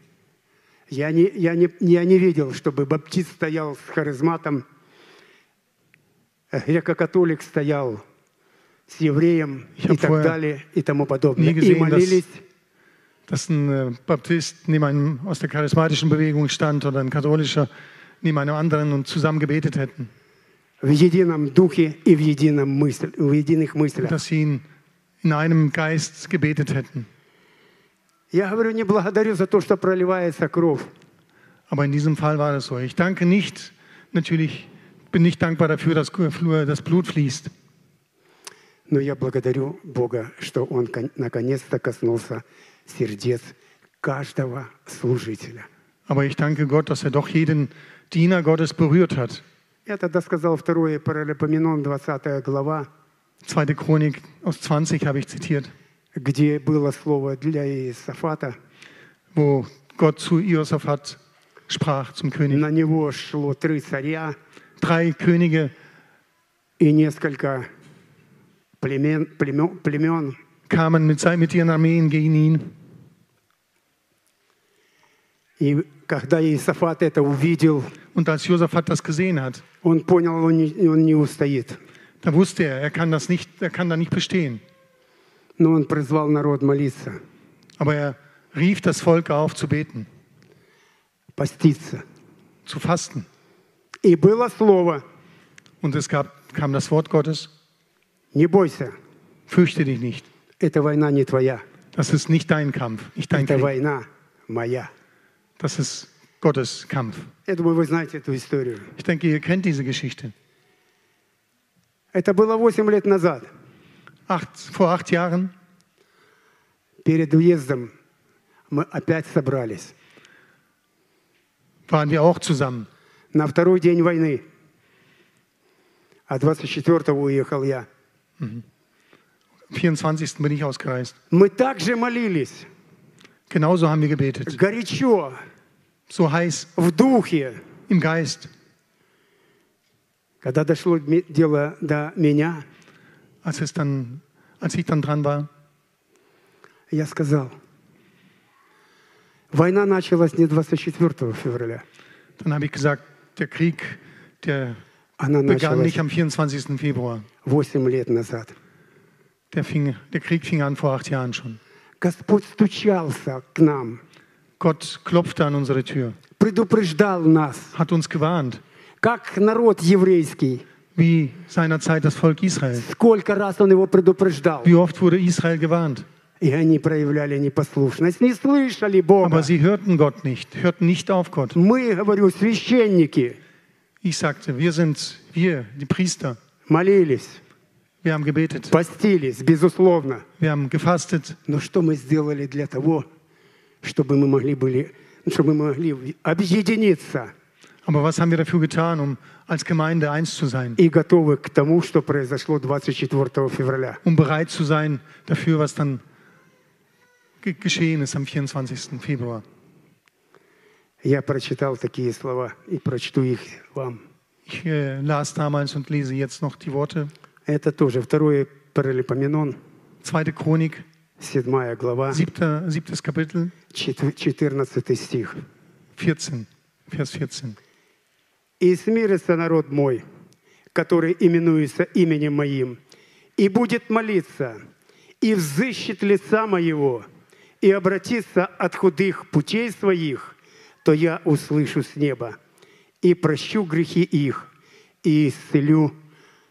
Я не, я не, я не видел, чтобы баптист стоял с харизматом, э, греко-католик стоял с евреем Я и так понял. далее и тому подобное. Не И gesehen, dass- молились, Dass ein äh, Baptist neben einem aus der charismatischen Bewegung stand oder ein katholischer neben einem anderen und zusammen gebetet hätten. в едином духе и в, едином мысль, в единых мыслях. Dass sie ihn in einem Geist gebetet hätten. Я говорю, не благодарю за то, что проливается кровь. Aber in diesem Fall war das so. Ich danke nicht, natürlich bin ich dankbar dafür, dass das Blut fließt. Но я благодарю Бога, что Он кон- наконец-то коснулся сердец каждого служителя. Aber ich danke Gott, dass er doch jeden Diener Gottes berührt hat. Я тогда сказал 2 Паралипоменон, 20 глава, Zweite Chronik aus 20 habe ich zitiert, где было слово для Иисафата. wo Gott zu Josaphat sprach zum König. На него шло три царя Drei Könige, и несколько племен, племен, племен. kamen mit, sein- mit ihren Armeen gegen ihn. И когда Иисафат это увидел, Und als Josaphat das gesehen hat, он понял, он не, он не устоит. da wusste er, er kann, das nicht, er kann da nicht bestehen. Но он призвал народ молиться, Aber er rief das Volk auf, zu beten, поститься. zu fasten. И было слово, Und es gab, kam das Wort Gottes, не бойся, fürchte dich nicht. эта война не твоя, Das ist nicht dein Kampf, nicht dein эта Krieg. война моя. Das ist Gottes Kampf. Я думаю, вы знаете эту историю. Ich denke, ihr kennt diese Geschichte. Это было 8 лет назад, Acht, vor acht Jahren, перед уездом, мы opять собрались. waren wir auch zusammen. На второй день войны. А 24-го уехал я. Am 24. bin ich ausgereist. Мы также молились, Genauso haben wir gebetet. горячо, So heiß, в духе. im Geist. Когда дошло ми- дело до меня, Als, es dann, als ich dann dran war, я сказал, война началась не 24 февраля, dann habe ich gesagt, der Krieg, der она begann началась nicht am 24. Februar. 8 лет назад. Der, fing, der Krieg fing an vor acht Jahren schon. Господь стучался к нам, Gott klopfte an unsere Tür, предупреждал нас, hat uns gewarnt, как народ еврейский, wie seinerzeit das Volk Israel. сколько раз он его предупреждал. Wie oft wurde Israel gewarnt? И они проявляли непослушность, не слышали Бога. Aber sie hörten Gott nicht, hörten nicht auf Gott. Мы, говорю, священники, Ich sagte, wir sind, wir, die Priester, молились, wir haben gebetet, постились, безусловно. wir haben gefastet. Но что мы сделали для того, чтобы мы могли, были, чтобы мы могли в- объединиться Aber was haben wir dafür getan, um als Gemeinde eins zu sein, и готовы к тому, что произошло 24 февраля? um bereit zu sein dafür, was dann ge geschehen ist am 24. Februar? Я прочитал такие слова и прочту их вам. Ich äh, las damals und lese jetzt noch die Worte. Это тоже второе Паралипоменон, Zweite Chronik, 7 глава, siebter, siebtes Kapitel, четв- 14 стих. 14, Vers 14. И смирится народ мой, который именуется именем моим, и будет молиться, и взыщет лица моего, и обратится от худых путей своих, то я услышу с неба, и прощу грехи их, и исцелю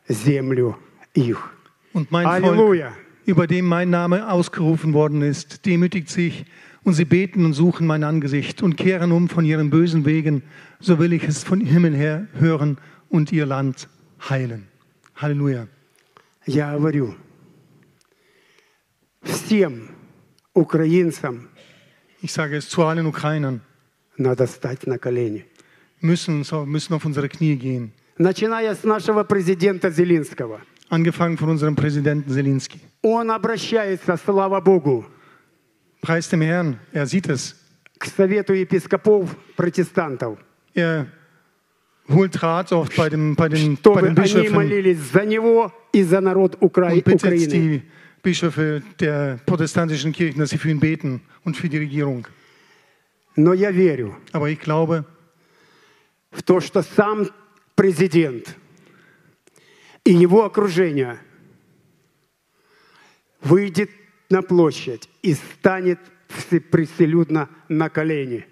землю их». Und mein Volk, Аллилуйя! über dem mein Name ausgerufen worden ist, demütigt sich und sie beten und suchen mein Angesicht und kehren um von ihren bösen Wegen, so will ich es von Himmel her hören und ihr Land heilen. Halleluja. Я говорю всем украинцам Ich sage es zu allen Ukrainern, надо стать на колени. müssen, uns- müssen auf unsere Knie gehen. Начиная с нашего президента Зеленского. Angefangen von unserem Präsidenten Zelensky. Он обращается, слава Богу, Preis dem Herrn, er sieht es. к Совету епископов протестантов, Er holt Rat oft bei, dem, bei, den, bei чтобы den они Bischöfen молились за него и за народ Укра- und bittet Украины. die Bischöfe der protestantischen Kirchen, dass sie für ihn beten und für die Regierung. Но я верю Aber ich glaube, в то, что сам президент и его окружение выйдет на площадь и станет преселюдно на колени.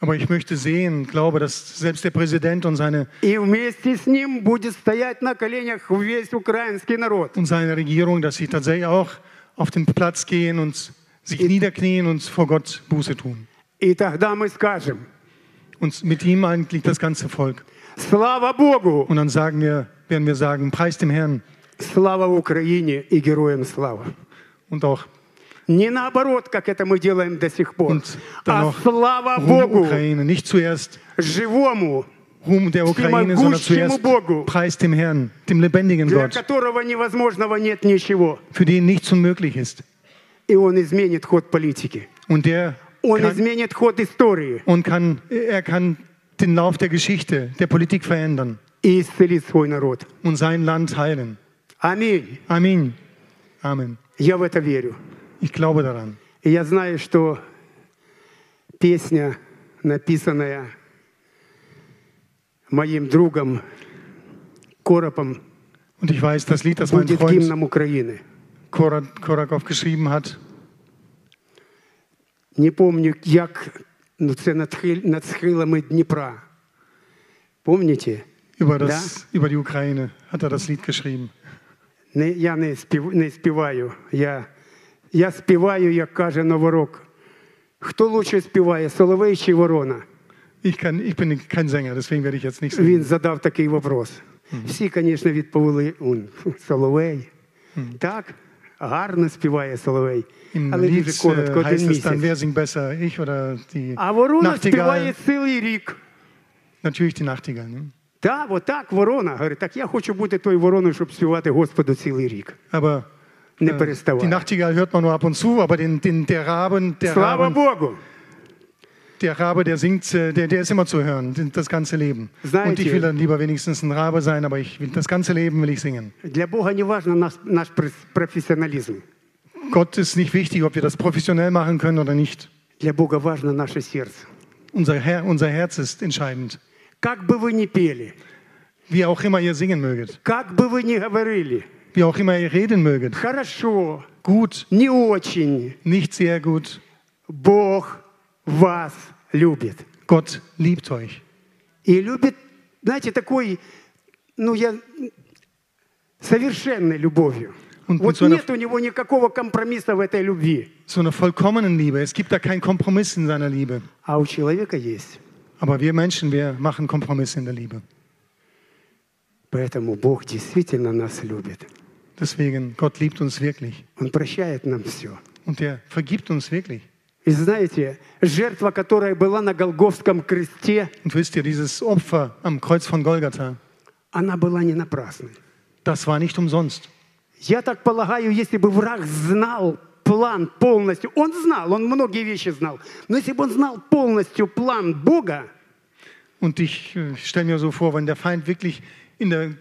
aber ich möchte sehen, glaube, dass selbst der Präsident und seine, И вместе с ним будет стоять на коленях весь украинский народ. und seine Regierung, dass sie tatsächlich auch auf den Platz gehen und sich niederknien und vor Gott Buße tun. И тогда мы скажем, Und mit ihm eigentlich das ganze Volk. слава Богу, Und dann sagen wir, werden wir sagen, preis dem Herrn слава Украине и героям слава. und auch Не наоборот, как это мы делаем до сих пор, und dann а auch слава Ruhm Богу, Ukraine. Nicht zuerst живому, Ruhm der Ukraine, sondern zuerst Bogu. preis dem Herrn, dem lebendigen для Gott, которого невозможного нет ничего. für den nichts unmöglich ist. И он изменит ход политики. Und der Он kann, изменит ход истории und kann, er kann den Lauf der Geschichte, der Politik verändern и исцелит свой народ. und sein Land heilen. Аминь. Amen. Amen. Я в это верю. Ich glaube daran. И я знаю, что песня, написанная моим другом Коропом, Und ich weiß, das Lied, das mein будет Freund гимном Украины. Korak- Korakov geschrieben hat, Не помню, як, ну це над, хил- над схилами Дніпра. Помните? über, das, über die Ukraine, hat er das Lied geschrieben. Не, я не, спів, не співаю. Я, я співаю, як каже Новорок. Хто лучше співає, Соловей чи Ворона? Ich, kann, ich bin kein Sänger, deswegen werde ich jetzt nicht singen. Він задав такий вопрос. Всі, звісно, відповіли он, Соловей. Так, гарно співає Соловей, Im але Lied дуже коротко äh, один heißt es dann, місяць. wer singt besser, ich oder die А ворона Nachtigall? співає цілий рік. Natürlich die Nachtigall. Ne? Так, отак ворона. Говорить, так я хочу бути тою вороною, щоб співати Господу цілий рік. Aber Не äh, die переставай. Nachtigall hört man nur ab und zu, aber den, den, der Raben, der Слава Raben, Богу! der Rabe, der singt, äh, der, der ist immer zu hören, den- das ganze Leben. Seid Und ich ihr- will dann lieber wenigstens ein Rabe sein, aber ich will das ganze Leben will ich singen. Для Бога не важен наш, наш прес- професіоналізм. Gott ist nicht wichtig, ob wir das professionell machen können oder nicht. Для Бога важно наше сердце. Unser, Her unser Herz ist entscheidend. Как бы вы ни пели, Wie auch immer ihr singen möget, как бы вы ни говорили, wie auch immer ihr reden möget, хорошо, gut, не очень, nicht sehr gut, Бог вас любит. Gott liebt euch. И любит, знаете, такой, ну я совершенной любовью. Und mit вот so einer- нет у него никакого компромисса в этой любви. So eine vollkommenen Liebe. Es gibt da keinen Kompromiss in seiner Liebe. А у человека есть. Aber wir Menschen, wir machen Kompromisse in der Liebe. Поэтому Бог действительно нас любит. Deswegen, Gott liebt uns wirklich. Он прощает нам все. Und er vergibt uns wirklich. И знаете, жертва, которая была на Голговском кресте, Und wisst ihr, dieses Opfer am Kreuz von Golgatha, она была не напрасной. das war nicht umsonst. Я так полагаю, если бы враг знал план полностью, он знал, он многие вещи знал, но если бы он знал полностью план Бога, Und ich stelle mir so vor, wenn der Feind wirklich in der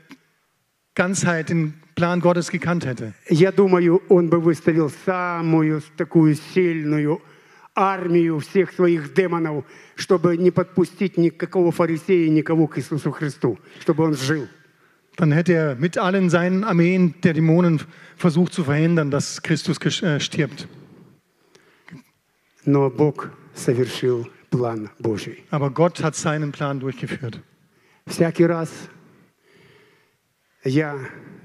Ganzheit den Plan Gottes gekannt hätte, я думаю, он бы выставил самую такую сильную армию всех своих демонов, чтобы не подпустить никакого фарисея, никого к Иисусу Христу, чтобы он жил. dann hätte er mit allen seinen Armeen der Dämonen versucht zu verhindern, dass Christus gesch- äh, stirbt. Но Бог совершил план Божий. Aber Gott hat seinen Plan durchgeführt. Всякий раз я,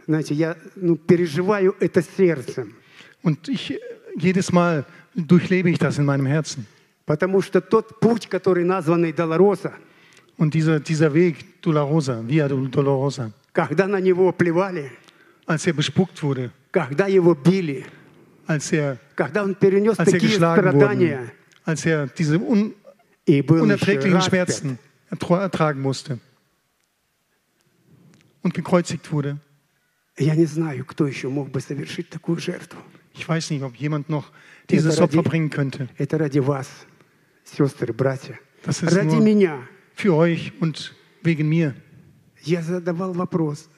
знаете, я ну, переживаю это сердцем. Und ich jedes Mal durchlebe ich das in meinem Herzen. Потому что тот путь, который названный Долороса, Und dieser, dieser Weg, Dolorosa, Via Dolorosa, когда на него плевали, als er bespuckt wurde, когда его били, als er, когда он перенес als er такие geschlagen страдания wurde, als er diese un, и был еще unerträglichen распят. Schmerzen ertro- ertragen musste und gekreuzigt wurde. Я не знаю, кто еще мог бы совершить такую жертву. Ich weiß nicht, ob jemand noch dieses Dieser Opfer Radi- bringen könnte. Это ради вас, сестры, братья. Das ist Ради nur меня für euch und wegen mir. я задавал вопрос.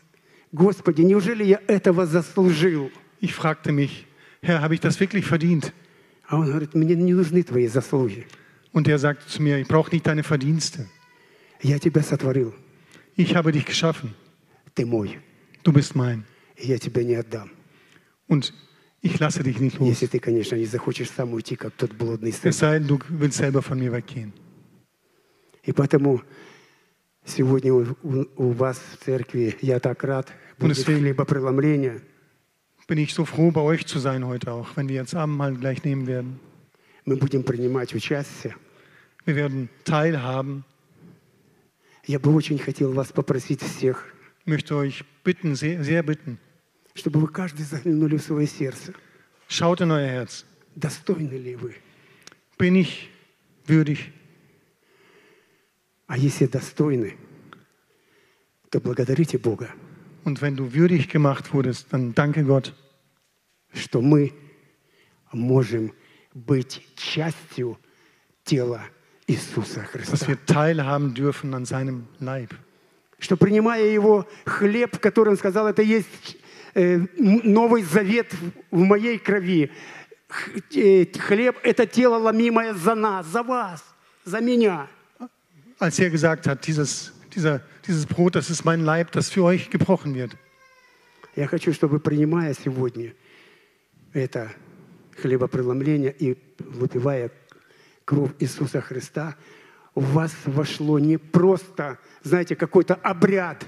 Господи, неужели я этого заслужил? Ich fragte mich, Herr, habe ich das wirklich verdient? А он говорит, мне не нужны твои заслуги. Und er sagte zu mir, ich brauche nicht deine Verdienste. Я тебя сотворил, Ich habe dich geschaffen. ты мой, Du bist mein. и я тебя не отдам. Und ich lasse dich nicht los. Если ты, конечно, не захочешь сам уйти, как тот блудный сын. Es sei denn, du willst selber von mir weggehen. И поэтому сегодня у, у- у вас в церкви, я так рад, будет Bundeswehr. хлебопреломление. Bin ich so froh, bei euch zu sein heute auch, wenn wir jetzt Abendmahl gleich nehmen werden. Мы будем принимать участие. Wir werden teilhaben. Я бы очень хотел вас попросить всех, Ich möchte euch bitten, sehr, sehr bitten, чтобы вы каждый заглянули в свое сердце. schaut in euer Herz. Достойны ли вы? Bin ich würdig? А если достойны, то благодарите Бога, Und wenn du würdig gemacht wurdest, dann danke Gott, что мы можем быть частью тела Иисуса dass Христа. wir teilhaben dürfen an seinem Leib. Что принимая его хлеб, который он сказал, это есть э, м- новый завет в- в моей крови. Х- э, Хлеб – это тело, ломимое за нас, за вас, за меня. Als er gesagt hat, dieses, dieser, dieses Brot, das ist mein Leib, das für euch gebrochen wird. Я хочу, чтобы, принимая сегодня это хлебопреломление и выпивая кровь Иисуса Христа, у вас вошло не просто, знаете, какой-то обряд,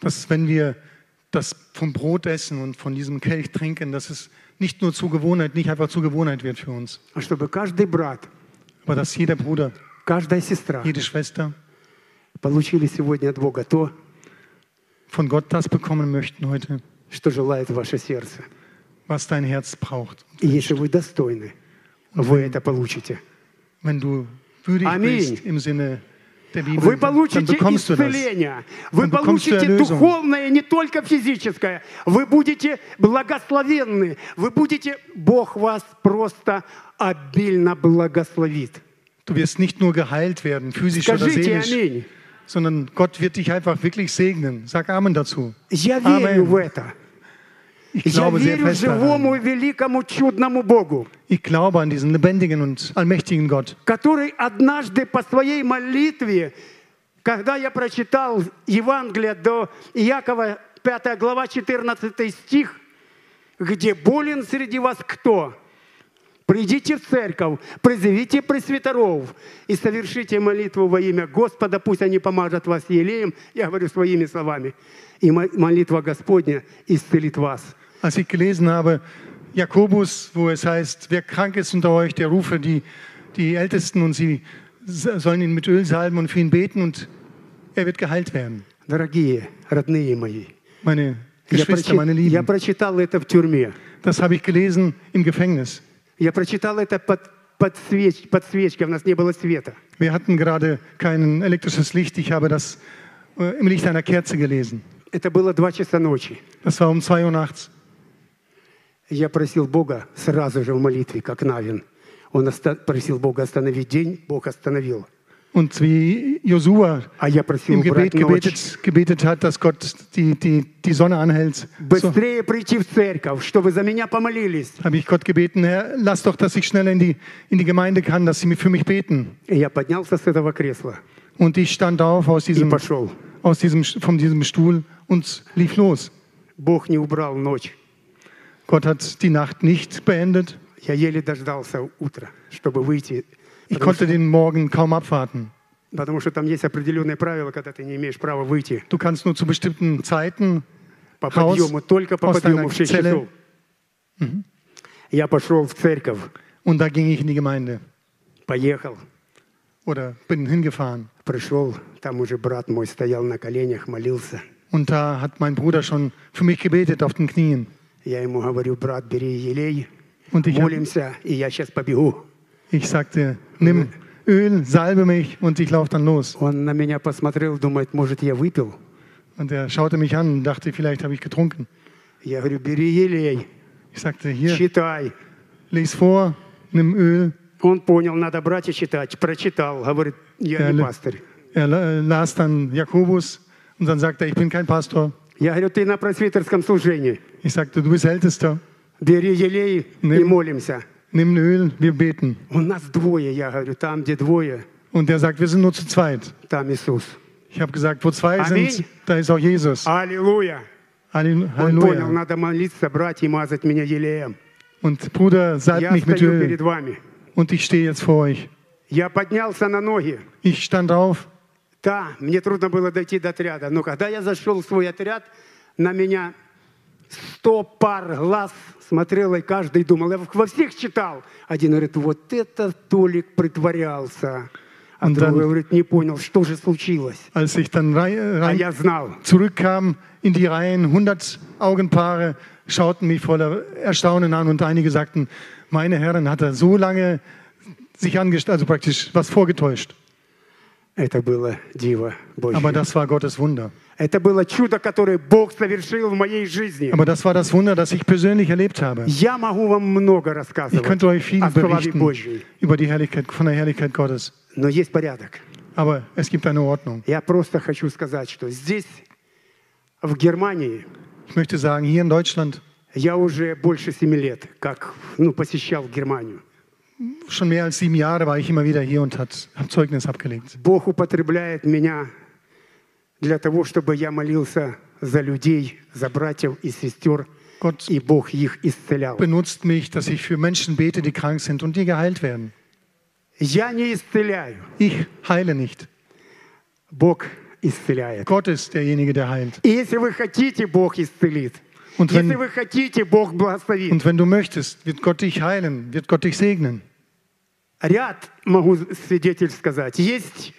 dass wenn wir das vom Brot essen und von diesem Kelch trinken, dass es nicht nur zur Gewohnheit, nicht einfach zur Gewohnheit wird für uns, а чтобы каждый брат, aber dass jeder Bruder, каждая сестра jede Schwester получили сегодня от Бога то, von Gott das bekommen möchten heute, что желает ваше сердце. was dein Herz braucht. И если вы достойны, вы это получите. Wenn du würdig Amen. bist im Sinne der Bibel, Вы dann получите bekommst du das. исцеление, вы Dann bekommst du получите Erlösung. духовное, не только физическое. Вы будете благословенны, вы будете, Бог вас просто обильно благословит. Du wirst nicht nur geheilt werden, physisch oder Скажите seelisch, аминь. sondern Gott wird dich einfach wirklich segnen. Sag Amen dazu. Я верю Amen. в это. Ich Я glaube sehr верю fest daran. живому, великому, чудному Богу, Ich glaube an diesen lebendigen und allmächtigen Gott. который однажды по своей молитве, когда я прочитал Евангелие до Иакова, 5 глава, 14 стих, где болен среди вас кто? Придите в церковь, призовите пресвитеров и совершите молитву во имя Господа, пусть они помажат вас елеем, я говорю своими словами, и мо- молитва Господня исцелит вас. Als ich gelesen habe, Jakobus, wo es heißt, wer krank ist unter euch, der rufe die, die Ältesten und sie s- sollen ihn mit Öl salben und für ihn beten und er wird geheilt werden. Дорогие, родные мои, Meine я, Geschwister, прочи- meine я Lieben, прочитал это в тюрьме. das habe ich gelesen im Gefängnis. Я прочитал это под, под, свеч, под свечкой, у нас не было света. Wir hatten gerade kein elektrisches Licht. Ich habe das äh, im Licht einer Kerze gelesen. Это было два часа ночи. Das war um 2 Uhr nachts. Я просил Бога сразу же в молитве, как Навин. Он оста- просил Бога остановить день, Бог остановил. Und wie Josua А я просил im убрать Gebet ночь. gebetet, gebetet hat, dass Gott die, die, die Sonne anhält, so Быстрее прийти в церковь, чтобы за меня помолились. habe ich Gott gebeten, Herr, lass doch, dass ich schneller in die, in die Gemeinde kann, dass sie mir- für mich beten. И я поднялся с этого кресла Und ich stand auf aus и diesem, пошел. aus diesem, von diesem Stuhl und lief los. Бог не убрал ночь. Gott hat die Nacht nicht beendet. Я еле дождался утра, чтобы выйти. Ich Потому что, konnte den Morgen kaum abwarten. потому что там есть определенные правила, когда ты не имеешь права выйти Du kannst nur zu bestimmten Zeiten по Хаос подъему, только по aus deiner подъему в 6 Zelle. часов. Я пошел в церковь, Und da ging ich in die Gemeinde поехал, oder bin hingefahren. пришел, там уже брат мой стоял на коленях, молился. Und da hat mein Bruder schon für mich gebetet auf den Knien. Я ему говорю, брат, бери елей, Und ich, hab, молимся, и я сейчас побегу. ich sagte, nimm Öl, salbe mich und ich laufe dann los. Он на меня посмотрел, думает, может, я выпил? Und er schaute mich an und dachte, vielleicht habe ich getrunken. Я говорю, бери елей, Ich sagte, hier, читай. les vor, nimm Öl. Он понял, надо брать и читать. Прочитал, говорит, я не Эле. пастырь. Er la- äh, las dann Jakobus und dann sagte er, ich bin kein Pastor. Я говорю, ты на просвитерском служении. Ich sagte, du bist Ältester, Бери елей и Нем. молимся. nimm Öl, wir beten. У нас двое, я говорю, там, где двое, Und er sagt, wir sind nur zu zweit. там Иисус. Ich habe gesagt, wo zwei Amen. sind, da ist auch Jesus. Ah. Аллилуйя! Hallen- Он понял, Halleluja. надо молиться, брать и мазать меня елеем. Und Bruder, salb Я mich mit стою Öl. перед вами. Und ich stehe jetzt vor euch. Я поднялся на ноги. Ich stand auf. Да, мне трудно было дойти до отряда. Но когда я зашел в свой отряд, на меня сто пар глаз смотрело, и каждый думал. Я во всех читал. Один говорит, вот это Толик притворялся. А Он другой там- говорит, не понял, что же случилось. Als ich dann rei- А rein я знал. zurückkam in die Reihen, 100 Augenpaare schauten mich voller Erstaunen an und einige sagten, meine Herren, hat er so lange sich angestellt, also praktisch was vorgetäuscht. Это было диво Божье. Aber das war Gottes Wunder. Это было чудо, которое Бог совершил в моей жизни. Aber das war das Wunder, das ich persönlich erlebt habe. Я могу вам много Ich рассказывать könnte euch viel о славе berichten Божьей, über die Herrlichkeit, von der Herrlichkeit Gottes. но есть порядок. Aber es gibt eine Ordnung. Я просто хочу сказать, что здесь, в Германии, Ich möchte sagen, hier in Deutschland я уже больше семи лет, как ну, посещал Германию. schon mehr als sieben Jahre war ich immer wieder hier und hat, habe Zeugnis abgelegt. Бог употребляет меня для того, чтобы я молился за людей, за братьев и сестер, Gott и Бог их исцелял. benutzt mich, dass ich für Menschen bete, die krank sind und die geheilt werden. Я не исцеляю, Ich heile nicht. Бог исцеляет. Gott ist derjenige, der heilt. И если вы хотите, Бог исцелит. Und wenn- Если вы хотите, Bог благословит. Und wenn du möchtest, wird Gott dich heilen, wird Gott dich segnen. Ряд, могу свидетель сказать, есть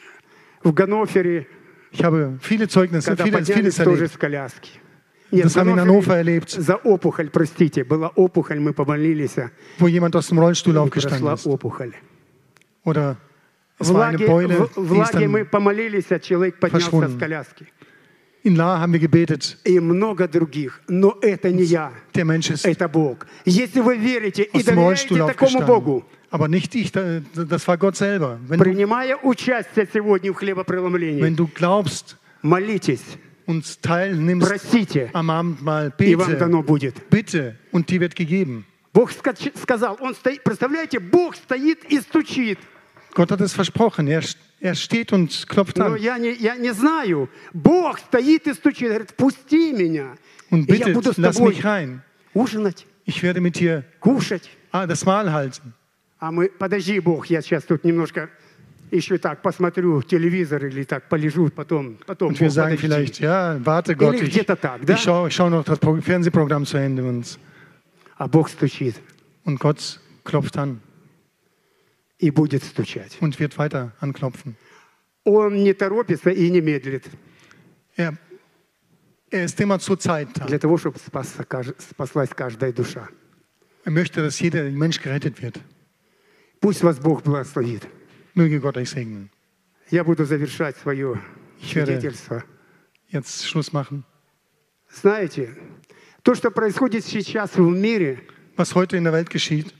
в Ганновере, Ich habe viele Zeugnisse, когда vieles, vieles поднялись тоже erlebt. с коляски. Das haben wir in Hannover erlebt, за опухоль, простите, была опухоль, мы помолились, и wo jemand aus dem Rollstuhl aufgestanden прошла ist. опухоль. Oder es В war eine Лаге, Beule, в- в die ist Лаге мы dann, помолились, а человек поднялся с verschwunden. коляски. in La haben wir gebetet. И много других, но это не я, Der Mensch ist это Бог. Если вы верите и aus доверяете dem Rollstuhl такому aufgestanden. Богу, Aber nicht ich, da- das war Gott selber. Wenn du, принимая участие сегодня в хлебопреломлении, wenn du glaubst молитесь, und teilnimmst просите, am Abendmahl, и вам bete, дано будет. bitte und dir wird gegeben. Бог ска- сказал, он стоит, представляете, Бог стоит и стучит. Gott hat es versprochen. Er, er steht und klopft Но an. я не, я не знаю. Бог стоит и стучит. Говорит, пусти меня. Und И я bitte, буду с lass тобой mich rein. ужинать, Ich werde mit dir кушать. ah, das Mahl halten. А мы, подожди, Бог, я сейчас тут немножко еще так посмотрю телевизор или так полежу потом. Потом, Und wir Бог, sagen подожди. vielleicht, ja, warte Gott, Ähnlich ich, geht der Tag, da? ich schaue ich schau noch das Pro- Fernsehprogramm zu Ende. Und, А Бог стучит und Gott klopft an и будет стучать. und wird weiter anklopfen. Он не торопится и не медлит Er, er ist immer zur Zeit da. для того, чтобы спасся каж- спаслась каждая душа. Er möchte, dass jeder Mensch gerettet wird. Пусть вас Бог благословит. Möge Gott euch segnen. Я буду завершать свое Еще раз. свидетельство. Jetzt Schluss machen. Знаете, то, что происходит сейчас в мире, Was heute in der Welt geschieht,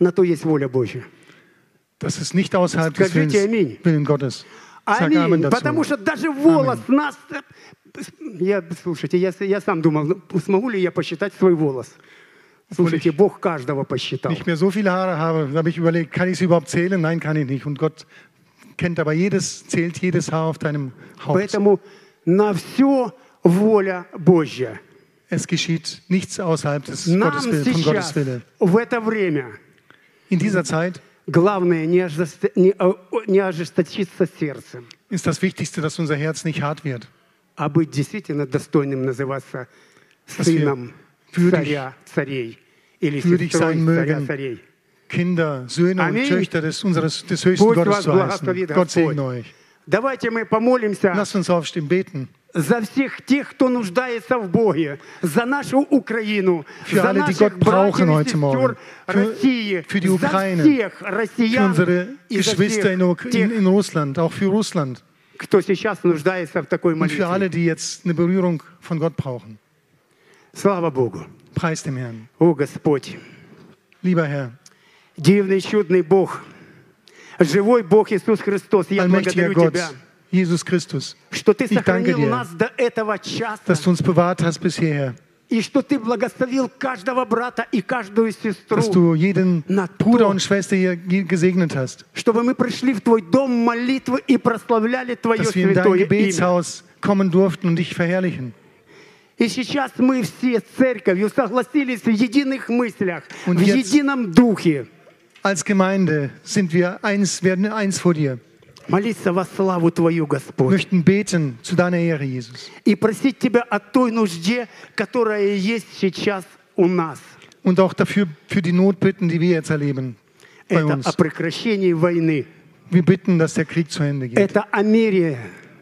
на то есть воля Божья. das ist nicht außerhalb des Скажите Amen. Willens, Willen Gottes. Sag Amen Аминь. dazu. Потому что даже волос нас... Я, слушайте, я, с- я сам думал, ну, смогу ли я посчитать свой волос? Слушайте, Бог каждого посчитал. nicht mehr so viele Haare habe, habe ich überlegt, kann ich sie überhaupt zählen? Nein, kann ich nicht. Und Gott kennt aber jedes, zählt jedes Haar auf deinem Haupt. Поэтому на все воля Божья. Es geschieht nichts außerhalb des Нам Gottes Wille, von Gottes сейчас, Wille. в это время, In dieser Zeit главное не ожест- не, а, о, не ожесточиться сердцем, ist das Wichtigste, dass unser Herz nicht hart wird. а быть действительно достойным называться Dass wir сыном würdig- царя царей или Würdig сестрой sein царя mögen. царей. Kinder, Söhne Amen. und Töchter des, unseres, des höchsten Purgt Gottes was zu heißen. благословит Gott segne Господь. euch. Давайте мы помолимся Lasst uns aufstehen, beten. за всех тех, кто нуждается в Боге, за нашу Украину, Für за alle, die наших Gott братьев brauchen и heute сестер Morgen. Für- России, für die за Ukraine. всех Für unsere россиян и за Geschwister in, Uk- всех in, тех, in Russland, auch für Russland. кто сейчас нуждается в такой Und für alle, молитве. die jetzt eine Berührung von Gott brauchen. Слава Богу! Preis dem Herrn. О, Господь! Lieber Herr, Дивный, чудный Бог, живой Бог Иисус Христос, я allmächtiger благодарю Gott, Тебя, Jesus Christus, что Ты Ich danke сохранил dir, нас до этого часа, dass du uns bewahrt hast bis hierher, и что Ты благословил каждого брата и каждую dass сестру, du jeden Na, Bruder du. und Schwester hier ge- gesegnet hast, чтобы мы пришли в Твой дом молитвы и прославляли Твое dass wir in dein святое имя. Gebetshaus kommen durften und dich verherrlichen. И сейчас мы все с церковью согласились в единых мыслях, Und в jetzt- едином духе Als Gemeinde sind wir eins, werden eins vor dir, молиться во славу Твою, Господь, möchten beten zu deiner Ehre, Jesus, и просить Тебя о той нужде, которая есть сейчас у нас. und auch dafür für die Not bitten, die wir jetzt erleben bei Это о uns. прекращении войны. Wir bitten, dass der Krieg zu Ende geht. Это о мире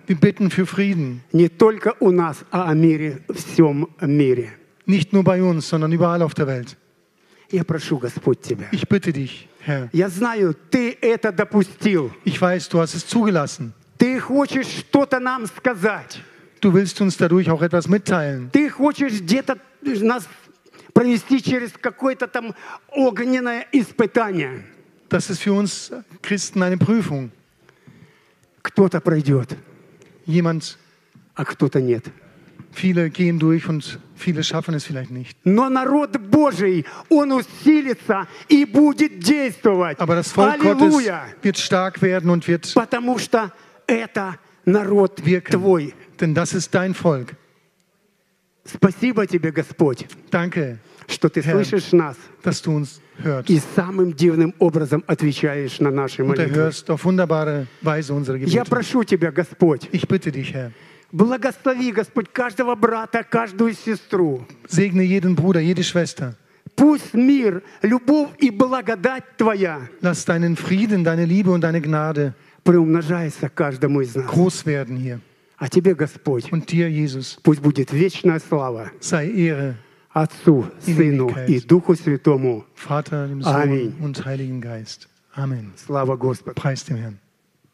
Wir bitten für Frieden, не только у нас, а о мире в всем мире. nicht nur bei uns, sondern überall auf der Welt. Я прошу, Господь, Тебя. Ich bitte dich, Herr. Я знаю, Ты это допустил. Ich weiß, du hast es zugelassen. Ты хочешь что-то нам сказать. Du willst uns dadurch auch etwas mitteilen. Ты хочешь где-то нас провести через какое-то там огненное испытание. Das ist für uns Christen eine Prüfung. Кто-то пройдет, Jemand, а кто-то нет. viele gehen durch und viele schaffen es vielleicht nicht. Но народ Божий, он усилится и будет действовать. Aber das Volk Gottes Аллилуйя! wird stark werden und wird Потому что это народ wirken. твой. Denn das ist dein Volk. Спасибо тебе, Господь, Danke, что ты Herr. слышишь нас dass du uns hörst и самым дивным образом отвечаешь на наши und молитвы. erhörst auf wunderbare Weise unsere Я Gebete. прошу тебя, Господь, Ich bitte dich, Herr, благослови, Господь, каждого брата, каждую сестру. segne jeden Bruder, jede Schwester. Пусть мир, любовь и благодать Твоя Lass deinen Frieden, deine Liebe und deine Gnade приумножается каждому из нас. groß werden hier. А Тебе, Господь, Und dir, Jesus, пусть будет вечная слава sei Ehre, Отцу, Сыну и Духу Святому. Vater, dem Amen. Sohn und Heiligen Geist. Amen. Слава Господу. Preis dem Herrn.